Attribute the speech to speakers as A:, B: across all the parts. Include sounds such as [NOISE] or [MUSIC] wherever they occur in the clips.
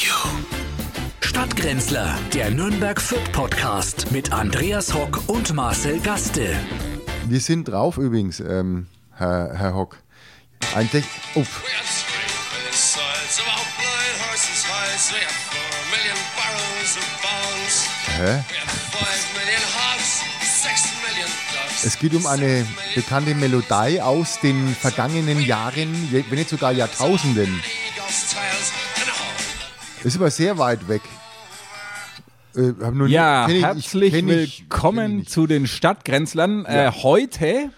A: you. Stadtgrenzler, der Nürnberg Fit Podcast mit Andreas Hock und Marcel Gaste.
B: Wir sind drauf übrigens, ähm, Herr, Herr Hock. Ein Tech. Uff.
C: We have straight bullets, swords of our blood, horses, hides. We have four million barrels of bones.
B: Hä?
C: We have five million hogs, six million dogs.
B: Es geht um eine bekannte Melodie aus den vergangenen Jahren, je- wenn nicht sogar Jahrtausenden.
C: Eagles, tails, and a hog.
B: Ist aber sehr weit weg. Äh, hab nur nie-
D: Ja,
B: kenn ich- ich-
D: herzlich
B: kenn ich-
D: willkommen
B: kenn ich nicht.
D: zu den Stadtgrenzlern. Äh, heute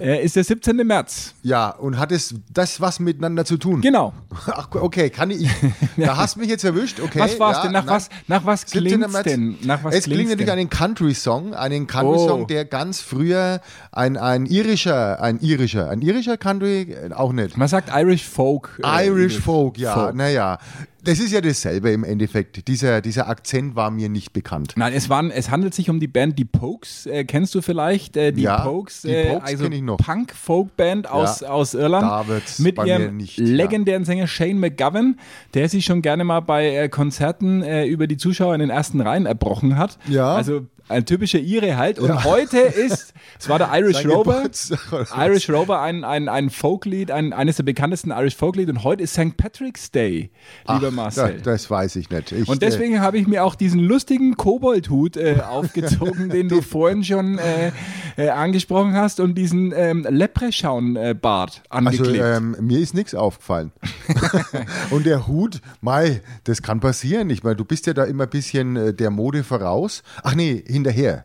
D: äh, ist der 17. März.
B: Ja, und hat es das was miteinander zu tun?
D: Genau.
B: [LAUGHS] Ach, okay, kann
D: [LAUGHS]
B: ich. Da hast du mich jetzt erwischt, okay.
D: was war's
B: ja,
D: denn? Nach
B: nein.
D: was, nach was
B: 17.
D: klingt's
B: März.
D: denn? Nach was
B: es klingt
D: klingt's
B: natürlich
D: denn?
B: an den Country-Song, einen Country-Song,
D: Oh.
B: der ganz früher ein, ein irischer, ein irischer, ein irischer Country, äh, auch nicht.
D: Man sagt Irish Folk. äh,
B: Irish Folk, ja,
D: Folk.
B: naja. Das ist ja dasselbe im Endeffekt. Dieser, dieser Akzent war mir nicht bekannt.
D: Nein, es, waren, es handelt sich um die Band Die Pokes. Äh, kennst du vielleicht? Äh, die
B: Ja,
D: Pokes,
B: die
D: äh,
B: Pokes
D: also
B: kenn ich noch.
D: Punk-Folk-Band aus,
B: Ja,
D: aus Irland.
B: da wird's
D: mit
B: bei mir
D: ihrem
B: nicht, ja.
D: legendären Sänger Shane McGowan, der sich schon gerne mal bei äh, Konzerten äh, über die Zuschauer in den ersten Reihen erbrochen hat.
B: Ja.
D: Also ein typischer Ire halt. Und heute ist,
B: [LAUGHS]
D: es war der Irish
B: Sein
D: Rover.
B: Geburtstag oder was?
D: Irish Rover, ein, ein, ein Folklied, ein, eines der bekanntesten Irish Folklied. Und heute ist St. Patrick's Day, lieber Marcel.
B: Da, das weiß ich nicht. Ich,
D: Und deswegen habe ich mir auch diesen lustigen
B: [LAUGHS]
D: Koboldhut äh, aufgezogen, den du vorhin schon äh, äh, angesprochen hast, und diesen ähm, Leprechaun-Bart
B: äh, also
D: angeklebt.
B: ähm, mir ist nichts
D: [LAUGHS]
B: aufgefallen. Und der Hut, mei, das kann passieren. Ich meine, du bist ja da immer ein bisschen äh, der Mode voraus. Ach nee, hinterher.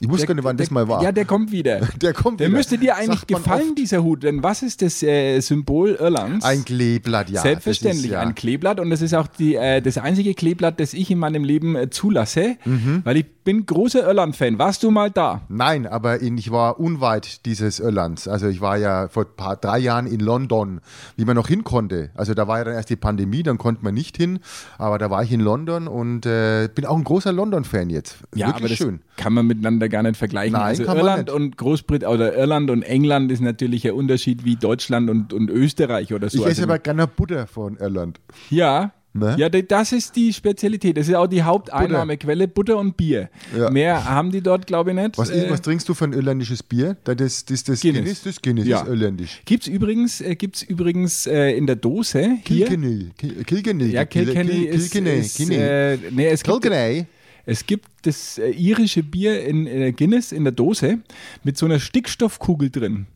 B: Ich wusste gar nicht, wann
D: der,
B: das mal war.
D: Ja, der kommt wieder.
B: [LAUGHS] Der kommt
D: der
B: wieder.
D: müsste dir eigentlich
B: Sagt man
D: gefallen,
B: oft.
D: dieser Hut, denn was ist das äh, Symbol Irlands?
B: ein Kleeblatt, ja.
D: Selbstverständlich
B: das ist, ja.
D: ein Kleeblatt und das ist auch die, äh, das einzige Kleeblatt, das ich in meinem Leben äh, zulasse,
B: Mhm.
D: weil ich bin großer Irland-Fan. Warst du mal da?
B: Nein, aber in, ich war unweit dieses Irlands. Also ich war ja vor ein paar, drei Jahren in London, wie man noch hin konnte. Also da war ja dann erst die Pandemie, dann konnte man nicht hin. Aber da war ich in London und äh, bin auch ein großer London-Fan jetzt. Wirklich
D: aber das
B: schön.
D: kann man miteinander gar nicht vergleichen.
B: Nein,
D: also
B: kann man
D: Irland
B: nicht.
D: und Großbritannien oder Irland und England ist natürlich ein Unterschied wie Deutschland und, und Österreich oder so.
B: Ich esse
D: also,
B: aber gerne Butter von Irland.
D: ja.
B: Ne?
D: Ja, d- das ist die Spezialität. Das ist auch die Haupteinnahmequelle, Butter und Bier.
B: Ja.
D: Mehr haben die dort, glaube ich, nicht.
B: Was, ist,
D: Äh,
B: was trinkst du für ein irländisches Bier? Da Das, das, das
D: Guinness.
B: Guinness, das Guinness
D: Ja.
B: ist irländisch.
D: Gibt's übrigens, äh, gibt's übrigens äh, in der Dose hier.
B: Kilkenny. Kil- Kilkenny.
D: Ja, Kilkenny ist,
B: Kilkenny.
D: ist
B: Kilkenny.
D: äh, nee, es gibt,
B: Kilkenny.
D: Es gibt das äh, irische Bier in äh, Guinness in der Dose mit so einer Stickstoffkugel drin.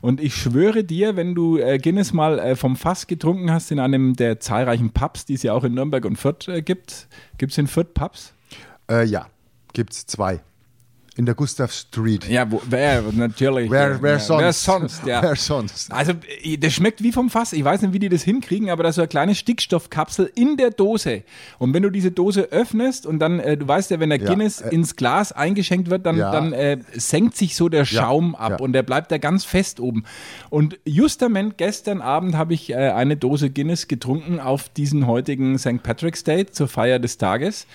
D: Und ich schwöre dir, wenn du äh, Guinness mal äh, vom Fass getrunken hast in einem der zahlreichen Pubs, die es ja auch in Nürnberg und Fürth äh, gibt, gibt es in Fürth Pubs?
B: Äh, ja, gibt's zwei. In der Gustav Street.
D: Ja, wo, wer, natürlich.
B: Wer, wer
D: Ja,
B: sonst?
D: Wer sonst,
B: [LAUGHS]
D: ja.
B: Wer sonst?
D: Also, äh, das schmeckt wie vom Fass. Ich weiß nicht, wie die das hinkriegen, aber da ist so eine kleine Stickstoffkapsel in der Dose. Und wenn du diese Dose öffnest und dann, äh, du weißt ja, wenn der
B: Ja,
D: Guinness
B: äh,
D: ins Glas eingeschenkt wird, dann,
B: Ja.
D: dann äh, senkt sich so der Schaum ab
B: ja.
D: und der bleibt da ganz fest oben. Und justament gestern Abend habe ich äh, eine Dose Guinness getrunken auf diesen heutigen St. Patrick's Day zur Feier des Tages.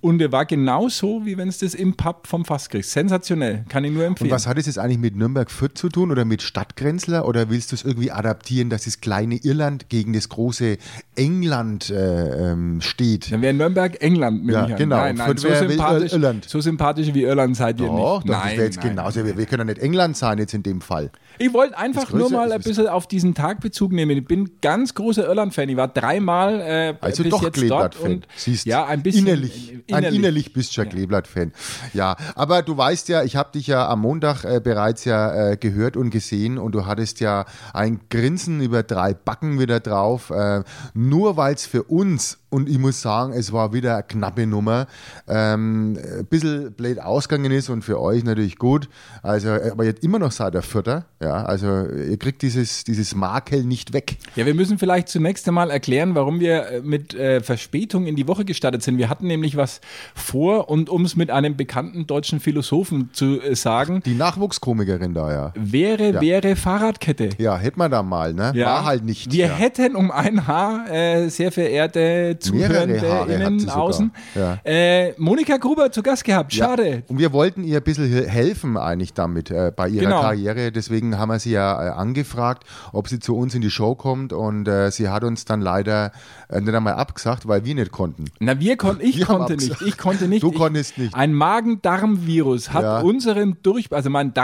D: Und er war genauso, wie wenn es das im Pub vom Fass kriegst. Sensationell, kann ich nur empfehlen.
B: Und was hat es jetzt eigentlich mit Nürnberg-Fürth zu tun oder mit Stadtgrenzler? Oder willst du es irgendwie adaptieren, dass das kleine Irland gegen das große England äh, ähm, steht?
D: Dann wäre Nürnberg England, nehme
B: Ja,
D: ich an.
B: genau.
D: Nein, nein,
B: Fürth
D: so
B: wäre
D: sympathisch,
B: Irland.
D: so sympathisch wie Irland seid ihr
B: Oh, Doch,
D: nicht.
B: doch, das genau.
D: nein,
B: wäre jetzt
D: nein.
B: genauso. Wir, wir können ja nicht England sein jetzt in dem Fall.
D: Ich wollte einfach
B: Größe
D: nur mal
B: ist
D: ein
B: es.
D: bisschen auf diesen Tag Bezug nehmen. Ich bin ganz großer Irland-Fan. Ich war dreimal äh,
B: Also
D: bis
B: doch
D: jetzt dort.
B: Kleeblatt-Fan.
D: Und,
B: Siehst
D: ja, ein bisschen.
B: Innerlich. Ein innerlich bist du ja Kleeblatt-Fan. Ja, aber du weißt ja, ich habe dich ja am Montag äh, bereits ja äh, gehört und gesehen und du hattest ja ein Grinsen über drei Backen wieder drauf. Äh, nur weil es für uns, und ich muss sagen, es war wieder eine knappe Nummer, ähm, ein bisschen blöd ausgegangen ist und für euch natürlich gut. Also, äh, aber jetzt immer noch seid ihr Vierter. Ja, also ihr kriegt dieses, dieses Makel nicht weg.
D: Ja, wir müssen vielleicht zunächst einmal erklären, warum wir äh, mit äh, Verspätung in die Woche gestartet sind. Wir hatten nämlich was vor und um es mit einem bekannten deutschen Philosophen zu äh, sagen,
B: Die Nachwuchskomikerin da, ja.
D: wäre, wäre Fahrradkette.
B: Ja, hätten wir da mal, ne? War halt nicht.
D: Wir
B: ja.
D: hätten um ein Haar, äh, sehr verehrte
B: Mehrere Haare hat sie
D: ZuhörerInnen
B: sogar.
D: außen.
B: Ja.
D: Äh, Monika Gruber zu Gast gehabt, schade.
B: Und wir wollten ihr ein bisschen he- helfen eigentlich damit äh, bei ihrer
D: Genau.
B: Karriere. Deswegen haben wir sie ja äh, angefragt, ob sie zu uns in die Show kommt. Und äh, sie hat uns dann leider äh, nicht einmal abgesagt, weil wir nicht konnten.
D: Na, wir konnten, ich
B: Wir haben
D: konnte nicht,
B: abgesagt.
D: ich konnte nicht.
B: Du
D: ich,
B: konntest nicht.
D: Ein Magen-Darm-Virus hat
B: Ja.
D: unseren Durchbruch, also mein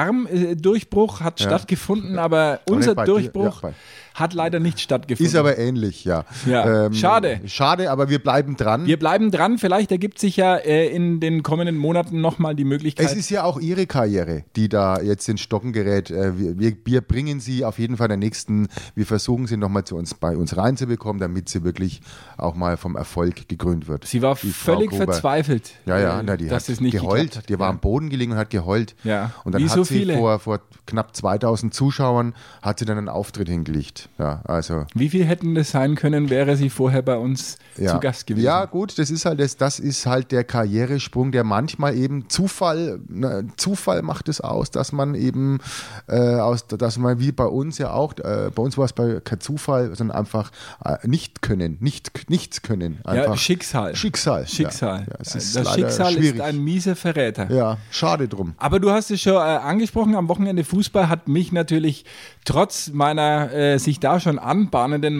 D: Darm-Durchbruch hat stattgefunden, aber unser
B: nicht bei dir.
D: Durchbruch
B: Ja, bei-
D: hat leider nicht stattgefunden.
B: Ist aber ähnlich, ja. Ähm,
D: Ja, schade.
B: Schade, aber wir bleiben dran.
D: wir bleiben dran, vielleicht ergibt sich ja äh, in den kommenden Monaten nochmal die Möglichkeit.
B: es ist ja auch ihre Karriere, die da jetzt in Stocken gerät. Äh, Wir, wir- wir bringen sie auf jeden Fall der nächsten. Wir versuchen sie nochmal zu uns bei uns reinzubekommen, damit sie wirklich auch mal vom Erfolg gekrönt wird.
D: Sie war
B: Die Frau
D: völlig
B: Gruber.
D: verzweifelt,
B: Ja, ja,
D: äh,
B: na, die
D: dass
B: hat
D: es nicht
B: geheult.
D: geklappt hat.
B: Die war
D: Ja.
B: am Boden gelegen und hat geheult.
D: Ja,
B: Und dann
D: wie
B: hat
D: so
B: sie
D: viele.
B: Vor, vor knapp 2000 Zuschauern hat sie dann einen Auftritt hingelegt. Ja, also
D: Wie viel hätten das sein können, wäre sie vorher bei uns
B: ja.
D: zu Gast gewesen?
B: Ja, gut, das ist halt das, das ist halt der Karrieresprung, der manchmal eben Zufall, na, Zufall macht es aus, dass man eben äh, aus, dass man wie bei uns ja auch, äh, bei uns war es bei kein Zufall, sondern einfach äh, nicht können, nicht nichts können,
D: Ja,
B: einfach
D: Schicksal.
B: Schicksal.
D: Schicksal. Äh,
B: Ja, ja, es ist
D: das
B: leider
D: Schicksal
B: schwierig.
D: ist ein mieser Verräter.
B: ja, schade drum.
D: Aber du hast es schon äh, angesprochen, am Wochenende Fußball hat mich natürlich trotz meiner äh, sich da schon anbahnenden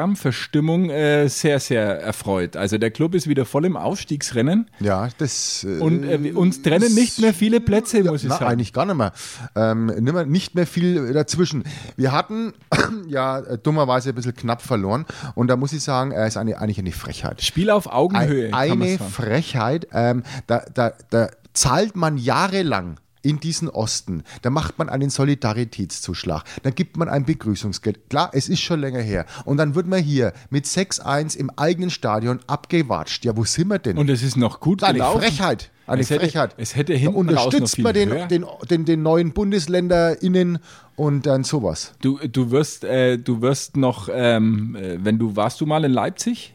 D: Magen-Darm-Verstimmung äh, sehr, sehr erfreut. Also der Club ist wieder voll im Aufstiegsrennen
B: Ja, das äh,
D: und äh, wir- uns trennen nicht mehr viele Plätze, muss ich
B: Na,
D: sagen.
B: eigentlich gar nicht mehr. Ähm, nicht mehr. Nicht mehr viel dazwischen. Wir hatten [CLEARS THROAT] ja äh, dummerweise ein bisschen knapp verloren und da muss ich sagen, es ist eine, eigentlich eine Frechheit.
D: Spiel auf Augenhöhe.
B: Ein,
D: kann man
B: eine
D: sagen.
B: Frechheit, ähm, da, da, da zahlt man jahrelang in diesen Osten, da macht man einen Solidaritätszuschlag, da gibt man ein Begrüßungsgeld. Klar, es ist schon länger her. Und dann wird man hier mit 6-1 im eigenen Stadion abgewatscht. Ja, wo sind wir denn?
D: und es ist noch gut
B: Eine
D: gelaufen.
B: Frechheit. Eine
D: es hätte,
B: Frechheit.
D: Es hätte
B: da
D: hinten raus
B: unterstützt
D: noch
B: man
D: viel
B: den,
D: höher.
B: den, den, den neuen BundesländerInnen und dann sowas.
D: Du, du wirst, äh, du wirst noch, ähm, äh, wenn du warst du mal in Leipzig?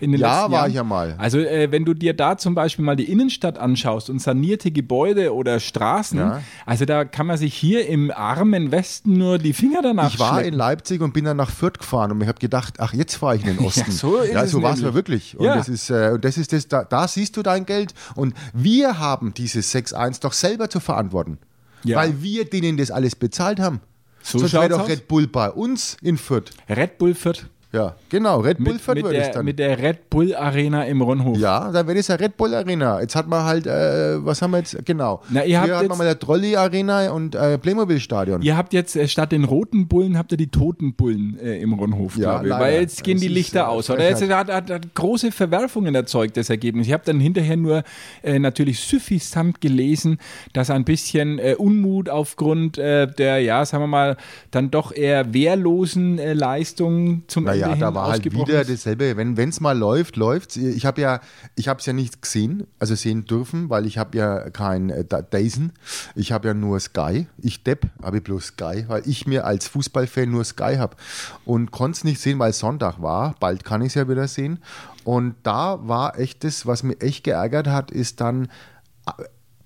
D: In den
B: Ja,
D: letzten
B: war
D: Jahren?
B: ich ja mal.
D: Also äh, wenn du dir da zum Beispiel mal die Innenstadt anschaust und sanierte Gebäude oder Straßen,
B: Ja.
D: also da kann man sich hier im armen Westen nur die Finger danach
B: Ich war in
D: schlecken.
B: Leipzig und bin dann nach Fürth gefahren und ich habe gedacht, ach, jetzt fahre
D: [LAUGHS]
B: ich in den Osten.
D: so ist
B: ja,
D: es
B: so war es
D: nämlich.
B: mir wirklich. Und
D: Ja.
B: das ist, äh, und das ist das, da, da siehst du dein Geld. Und wir haben dieses 6-1 doch selber zu verantworten.
D: Ja.
B: Weil wir denen das alles bezahlt haben.
D: So
B: Sonst wäre
D: schaut's
B: doch
D: aus.
B: Red Bull bei uns in Fürth.
D: Red Bull Fürth.
B: Ja, genau, Red Bull
D: Mit,
B: Fürth
D: mit,
B: würde es
D: der,
B: dann.
D: mit der Red Bull Arena im Ronhof.
B: Ja, dann wäre das ja Red Bull Arena. Jetzt hat man halt, äh, was haben wir jetzt? Genau.
D: Na, ihr habt
B: Früher hat
D: jetzt-
B: man mal der Trolley Arena und äh, Playmobil Stadion.
D: Ihr habt jetzt äh, statt den roten Bullen habt ihr die toten Bullen äh, im Ronhof,
B: Ja,
D: glaube ich.
B: leider.
D: Weil jetzt gehen
B: Das
D: die
B: ist,
D: Lichter
B: äh,
D: aus. Oder jetzt
B: Frechheit.
D: hat, hat, hat große Verwerfungen erzeugt, das Ergebnis. Ich habe dann hinterher nur äh, natürlich suffisant gelesen, dass ein bisschen äh, Unmut aufgrund äh, der, ja, sagen wir mal, dann doch eher wehrlosen äh, Leistung zum Ende
B: Naja,
D: hin
B: da war halt
D: ausgebrochen
B: wieder
D: ist.
B: dasselbe. Wenn es mal läuft, läuft's. Ich habe ja, ich habe es ja nicht gesehen, also sehen dürfen, weil ich habe ja kein äh, Da- Dyson. Ich habe ja nur Sky. Ich Depp habe ich bloß Sky, weil ich mir als Fußballfan nur Sky habe und konnte es nicht sehen, weil Sonntag war. Bald kann ich es ja wieder sehen. Und da war echt das, was mir echt geärgert hat, ist dann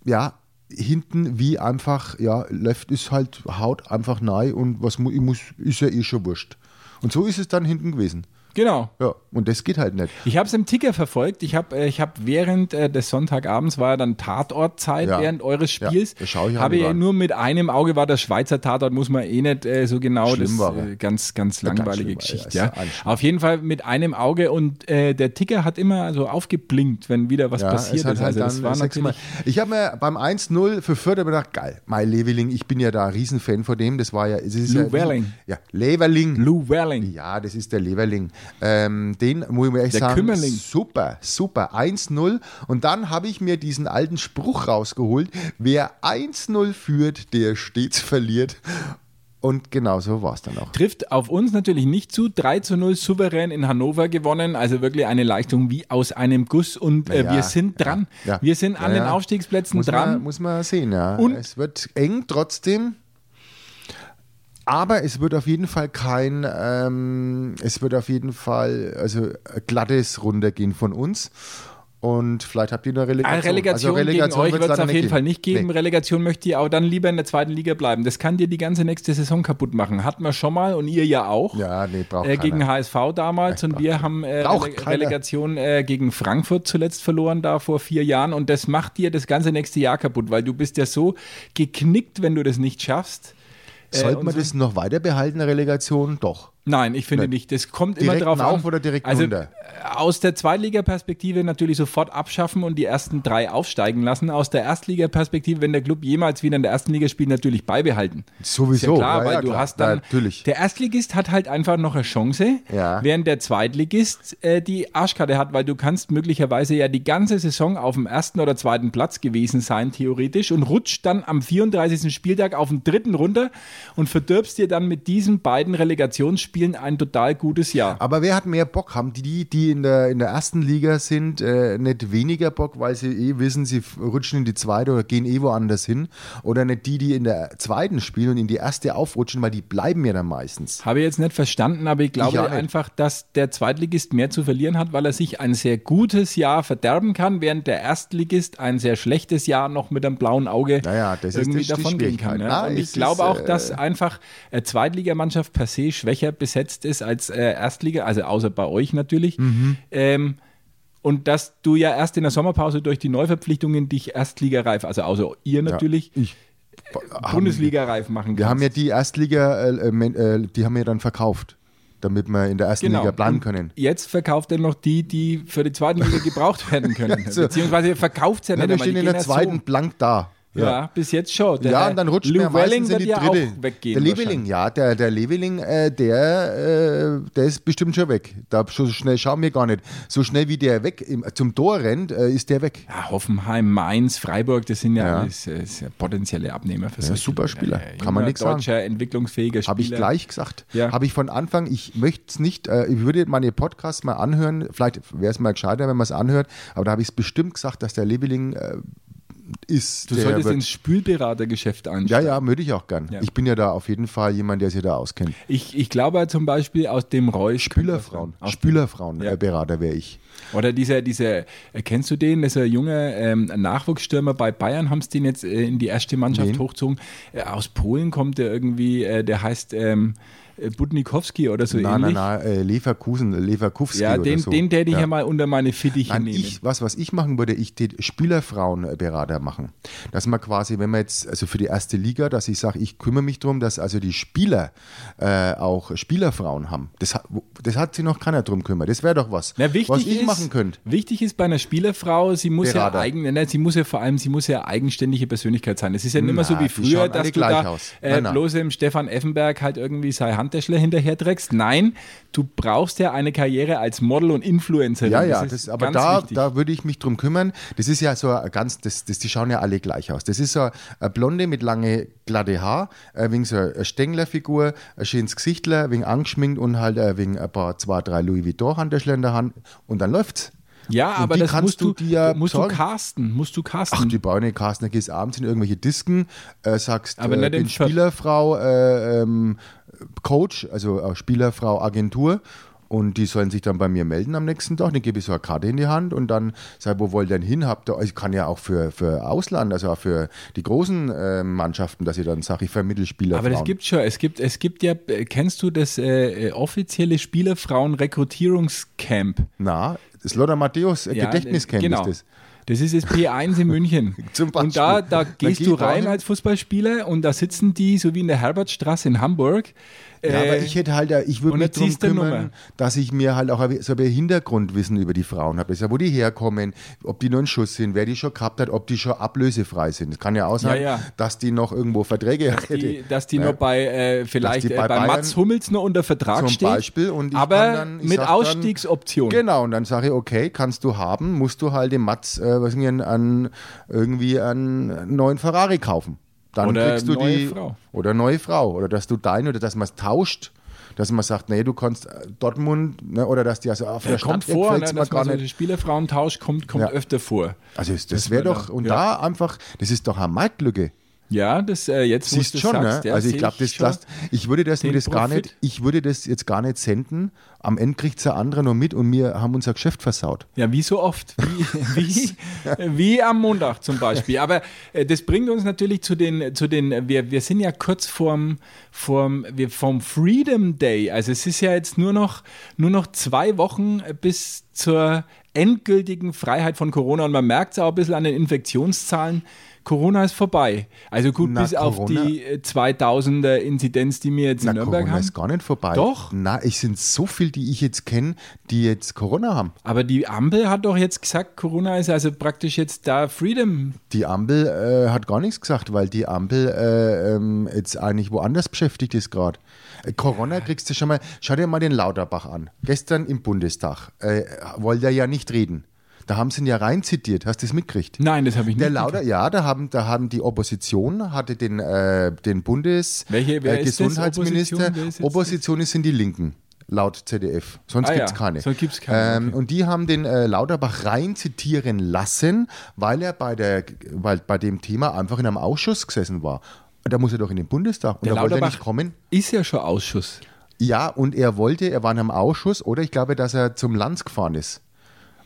B: ja, hinten wie einfach, ja, Left ist halt Haut einfach nahe und was mu ich muss, ist ja eh schon wurscht. Und so ist es dann hinten gewesen.
D: Genau.
B: Ja, und das geht halt nicht.
D: Ich habe es im Ticker verfolgt. Ich habe äh, ich hab während äh, des Sonntagabends war ja dann Tatortzeit
B: Ja.
D: während eures
B: Ja,
D: Spiels.
B: das schau ich auch
D: habe
B: lieber
D: ja
B: an.
D: nur mit einem Auge war der Schweizer Tatort, muss man eh nicht äh, so genau.
B: Schlimm
D: das
B: war
D: äh,
B: er.
D: ganz, ganz langweilige
B: schlimm war er,
D: Geschichte.
B: ist
D: Ja.
B: ja anstrengend.
D: Auf jeden Fall mit einem Auge und äh, der Ticker hat immer so aufgeblinkt, wenn wieder was
B: Ja,
D: passiert
B: es hat
D: ist.
B: halt
D: Also das
B: dann
D: war
B: sechsmal-
D: natürlich.
B: Ich habe mir beim 1-0 für Fürth immer gedacht, geil, mein Leveling, ich bin ja da ein Riesenfan von dem, das war ja... Es ist
D: Lou
B: ja,
D: Welling.
B: Ja, Leverling.
D: Lou Welling.
B: Ja, das ist der Leverling. Ähm, den muss ich mir echt
D: Der
B: sagen,
D: Kümmerling.
B: super, super, 1-0. Und dann habe ich mir diesen alten Spruch rausgeholt, wer 1-0 führt, der stets verliert. Und genau so war es dann auch.
D: Trifft auf uns natürlich nicht zu. 3 zu 0 souverän in Hannover gewonnen. Also wirklich eine Leistung wie aus einem Guss. Und äh,
B: Ja,
D: wir sind dran.
B: ja.
D: Wir sind an
B: Ja,
D: den
B: ja.
D: Aufstiegsplätzen
B: Muss
D: dran.
B: man, muss man sehen, ja.
D: Und-
B: es wird eng trotzdem. Aber es wird auf jeden Fall kein, äh, ähm, es wird auf jeden Fall also ein glattes runtergehen von uns. Und vielleicht habt ihr eine Relegation.
D: Ah, Relegation, gegen euch
B: Also, wird's
D: wird es
B: leider
D: auf jeden
B: geben.
D: Fall nicht geben.
B: Nee.
D: Relegation möchte ihr auch dann lieber in der zweiten Liga bleiben. Das kann dir die ganze nächste Saison kaputt machen. Hatten wir schon mal und ihr ja auch.
B: Ja, nee, braucht
D: äh, gegen
B: keiner.
D: HSV damals und wir haben äh,
B: Braucht
D: Rele
B: keiner.
D: Relegation äh, gegen Frankfurt zuletzt verloren da vor vier Jahren und das macht dir das ganze nächste Jahr kaputt, weil du bist ja so geknickt, wenn du das nicht schaffst. Äh,
B: Sollte man das noch weiter behalten, eine Relegation? Doch.
D: Nein, ich finde
B: Nein.
D: nicht. Das kommt
B: Direkt
D: immer drauf
B: rauf
D: an.
B: oder direkt
D: also,
B: runter?
D: äh, Aus der Zweitliga-Perspektive natürlich sofort abschaffen und die ersten drei aufsteigen lassen. Aus der Erstliga-Perspektive, wenn der Club jemals wieder in der ersten Liga spielt, natürlich beibehalten. Ist
B: Sowieso.
D: ja klar,
B: Ja,
D: weil
B: ja,
D: du
B: klar.
D: hast dann.
B: Ja, natürlich.
D: Der Erstligist hat halt einfach noch eine Chance,
B: Ja.
D: während der Zweitligist äh, die Arschkarte hat, weil du kannst möglicherweise ja die ganze Saison auf dem ersten oder zweiten Platz gewesen sein, theoretisch, und rutscht dann am 34. Spieltag auf den dritten runter und verdirbst dir dann mit diesen beiden Relegationsspielen ein total gutes Jahr.
B: Aber wer hat mehr Bock? Haben die, die, die in, der, in der ersten Liga sind, äh, nicht weniger Bock, weil sie eh wissen, sie f- rutschen in die zweite oder gehen eh woanders hin? Oder nicht die, die in der zweiten spielen und in die erste aufrutschen, weil die bleiben ja dann meistens.
D: Habe ich jetzt nicht verstanden, aber ich glaube
B: Ich auch nicht.
D: einfach, dass der Zweitligist mehr zu verlieren hat, weil er sich ein sehr gutes Jahr verderben kann, während der Erstligist ein sehr schlechtes Jahr noch mit einem blauen Auge
B: Naja, das ist
D: irgendwie
B: die- die
D: davon gehen kann.
B: Schwierigkeit.
D: Ja.
B: Na,
D: Und
B: es
D: ich
B: ist,
D: glaube auch,
B: äh,
D: dass einfach eine Zweitligamannschaft per se schwächer besetzt ist als äh, Erstliga, also außer bei euch natürlich.
B: Mhm.
D: Ähm, und dass du ja erst in der Sommerpause durch die Neuverpflichtungen dich Erstligareif, also außer ihr natürlich,
B: ich- äh,
D: Bundesligareif machen kannst.
B: Wir haben ja die Erstliga, äh, äh, men- äh, die haben wir dann verkauft, damit wir in der ersten Liga bleiben
D: Genau. Und
B: können.
D: Jetzt verkauft er noch die, die für die zweite Liga gebraucht
B: [LAUGHS]
D: werden können.
B: so.
D: Beziehungsweise er verkauft es ja
B: Nein,
D: nicht.
B: Also, wir stehen in der
D: einmal, die gehen ja
B: zweiten
D: So.
B: blank da.
D: Ja. bis jetzt schon. Der,
B: Ja, und dann rutscht
D: Lou
B: mir meistens in
D: wird
B: die
D: ja
B: dritte.
D: Auch weggehen
B: der Leveling,
D: wahrscheinlich.
B: ja, der, der Leveling, äh, der, äh, der ist bestimmt schon weg. Da so schnell schauen wir gar nicht. So schnell wie der weg im, zum Tor rennt, äh, ist der weg.
D: Ja, Hoffenheim, Mainz, Freiburg, das sind ja,
B: Ja.
D: Alles, äh, ist ja potenzielle Abnehmer für ja,
B: super Spieler. Kann man nichts sagen.
D: deutscher, entwicklungsfähiger Spieler.
B: Habe ich gleich gesagt.
D: Ja.
B: Habe ich von Anfang, ich möchte es nicht, äh, ich würde meine Podcasts mal anhören, vielleicht wäre es mal gescheiter, wenn man es anhört, aber da habe ich es bestimmt gesagt, dass der Leveling äh, ist.
D: Du
B: der
D: solltest
B: wird-
D: ins Spülberatergeschäft einsteigen.
B: ja, ja, würde ich auch gern.
D: Ja.
B: Ich bin ja da auf jeden Fall jemand, der sich da auskennt.
D: Ich, ich glaube zum Beispiel aus dem Reus.
B: Spülerfrauen.
D: Aus Ja.
B: Spülerfrauenberater wäre ich.
D: Oder dieser, dieser, äh, kennst du den? Dieser junge ähm, Nachwuchsstürmer bei Bayern, haben es den jetzt äh, in die erste Mannschaft
B: Wen?
D: hochgezogen. Äh, aus Polen kommt der irgendwie, äh, der heißt ähm, äh, Budnikowski oder so
B: Nein,
D: ähnlich.
B: nein, nein, äh, Leverkusen, Leverkowski
D: Ja, den,
B: oder so.
D: den täte ich ja.
B: ja
D: mal unter meine Fittiche
B: Nein,
D: nehmen.
B: ich, was, was ich machen würde, ich tät Spielerfrauenberater machen. Dass man quasi, wenn man jetzt, also für die erste Liga, dass ich sage, ich kümmere mich darum, dass also die Spieler äh, auch Spielerfrauen haben. Das, hat- das hat sich noch keiner drum kümmert. Das wäre doch was,
D: Na, wichtig
B: was ich
D: ist,
B: machen könnte.
D: Wichtig ist bei einer Spielerfrau, sie muss
B: Berater.
D: ja eigen, ne, sie muss ja vor allem, sie muss ja eigenständige Persönlichkeit sein. Es ist ja nicht mehr so
B: Na,
D: wie
B: die schauen
D: früher,
B: alle
D: dass du
B: gleich
D: da
B: aus.
D: äh,
B: Nein, nein.
D: bloß im Stefan Effenberg halt irgendwie sei Handtäschler hinterher trägst. Nein, du brauchst ja eine Karriere als Model und Influencerin.
B: Ja, ja,
D: ist
B: das aber
D: ganz
B: da,
D: wichtig.
B: da würde ich mich drum kümmern. Das ist ja so ein ganz, das, das, die schauen ja alle gleich aus. Das ist so eine Blonde mit lange glatte Haar, äh, wegen so einer Stänglerfigur, ein schönes Gesichtler, wegen angeschminkt und halt äh, wegen ein paar, zwei, drei Louis Vuitton-Handtaschen in der Hand und dann läuft's.
D: Ja,
B: Und
D: aber
B: die
D: das
B: kannst
D: musst du,
B: du dir
D: musst du
B: besorgen.
D: casten, musst du casten.
B: Ach, die brauchen nicht casten, dann gehst du abends in irgendwelche Disken, äh, sagst,
D: Aber
B: äh,
D: nicht
B: bin
D: im Ver-
B: Spielerfrau, äh, ähm, Coach, also äh, Spielerfrau, Agentur. Und die sollen sich dann bei mir melden am nächsten Tag. Dann gebe ich so eine Karte in die Hand und dann sage, wo wollt ihr denn hin? Habt ihr, also, ich kann ja auch für, für Ausland, also auch für die großen äh, Mannschaften, dass ich dann sage, ich vermittle Spielerfrauen.
D: Aber das gibt schon. Es gibt, es gibt ja, äh, kennst du das äh, äh, offizielle Spielerfrauen-Rekrutierungscamp?
B: Na, das Lothar Matthäus äh,
D: Ja,
B: Gedächtniscamp
D: genau.
B: ist das.
D: Das ist das P1 in München.
B: [LAUGHS] Zum Beispiel.
D: und da, da
B: Dann
D: gehst
B: geh
D: du
B: ich da
D: rein
B: hin.
D: als Fußballspieler und da sitzen die, so wie in der Herbertstraße in Hamburg.
B: Ja, aber
D: Äh,
B: ich hätte halt, ich würde
D: und
B: mich
D: jetzt
B: darum
D: siehst du
B: kümmern,
D: Nummer.
B: dass ich mir halt auch so ein Hintergrundwissen über die Frauen habe. Das ist ja, wo die herkommen, ob die noch einen Schuss sind, wer die schon gehabt hat, ob die schon ablösefrei sind. Es kann ja auch sein,
D: Ja, ja.
B: dass die noch irgendwo Verträge hätte.
D: die, dass die
B: Ja.
D: noch bei äh, vielleicht
B: die
D: äh,
B: bei
D: bei,
B: Bayern
D: Mats Hummels noch unter Vertrag
B: zum
D: steht,
B: Beispiel und ich
D: aber
B: kann dann, ich
D: mit
B: sag dann-
D: Ausstiegsoption.
B: Genau, und dann sage ich, okay, kannst du haben, musst du halt dem Mats äh, was ich, an, irgendwie einen neuen Ferrari kaufen. Dann
D: Oder
B: kriegst du
D: neue
B: die
D: Frau.
B: oder neue Frau oder dass du dein oder dass man es tauscht. Dass man sagt, nee, du kannst äh, Dortmund, ne, oder dass die also auf der
D: Das kommt
B: Stadt
D: vor, ne,
B: gefällt's
D: dass
B: mir
D: man
B: gar
D: so
B: nicht.
D: einen Spielerfrauentausch kommt, kommt
B: Ja.
D: öfter vor.
B: Also das, das wäre
D: man
B: doch,
D: da-
B: und
D: ja.
B: da einfach, das ist doch eine Marktlücke.
D: Ja, das äh, jetzt wo
B: Siehst
D: du's
B: schon,
D: sagst,
B: ne?
D: ja,
B: also ich
D: seh
B: glaube, das,
D: schon.
B: das, ich würde das, mir
D: Den
B: das gar
D: Profit.
B: nicht, ich würde das jetzt gar nicht senden. Am Ende kriegt ja andere noch mit und wir haben unser Geschäft versaut.
D: Ja, wie so oft.
B: [LAUGHS]
D: Wie, wie, wie am Montag zum Beispiel. Aber äh, das bringt uns natürlich zu den, zu den äh, wir, wir sind ja kurz vorm, vorm, wir, vom Freedom Day. Also es ist ja jetzt nur noch, nur noch zwei Wochen äh, bis zur endgültigen Freiheit von Corona. Und man merkt es auch ein bisschen an den Infektionszahlen. Corona ist vorbei. Also gut,
B: Na,
D: bis auf
B: Corona-
D: die äh, 2000er Inzidenz, die wir jetzt in
B: Na,
D: Nürnberg
B: Corona
D: haben.
B: ist gar nicht vorbei.
D: Doch.
B: Na, es sind so viele, die ich jetzt kenne, die jetzt Corona haben.
D: Aber die Ampel hat doch jetzt gesagt, Corona ist also praktisch jetzt da Freedom
B: Die Ampel äh, hat gar nichts gesagt, weil die Ampel äh, ähm, jetzt eigentlich woanders beschäftigt ist gerade. Äh, Corona kriegst du schon mal, schau dir mal den Lauterbach an. Gestern im Bundestag äh, wollte er ja nicht reden. Da haben sie ihn ja rein zitiert. Hast du das mitgekriegt?
D: Nein, das habe ich nicht.
B: Der Lauter, ja, da haben, da haben die Opposition, hatte den, äh, den Bundes
D: Welche- wer
B: äh,
D: ist das?
B: Gesundheitsminister.
D: Opposition, wer ist jetzt
B: Opposition ist sind die Linken, laut ZDF. Sonst
D: Ah
B: gibt's
D: ja,
B: keine.
D: sonst gibt's keine,
B: Ähm,
D: okay.
B: Und die haben den äh, Lauterbach rein zitieren lassen, weil er bei, der, weil bei dem Thema einfach in einem Ausschuss gesessen war. Da muss er doch in den Bundestag. Und
D: Der
B: da wollte er
D: Lauterbach-
B: nicht kommen.
D: Ist ja schon Ausschuss.
B: Ja, und er wollte, er war in einem Ausschuss oder ich glaube, dass er zum Lanz gefahren ist.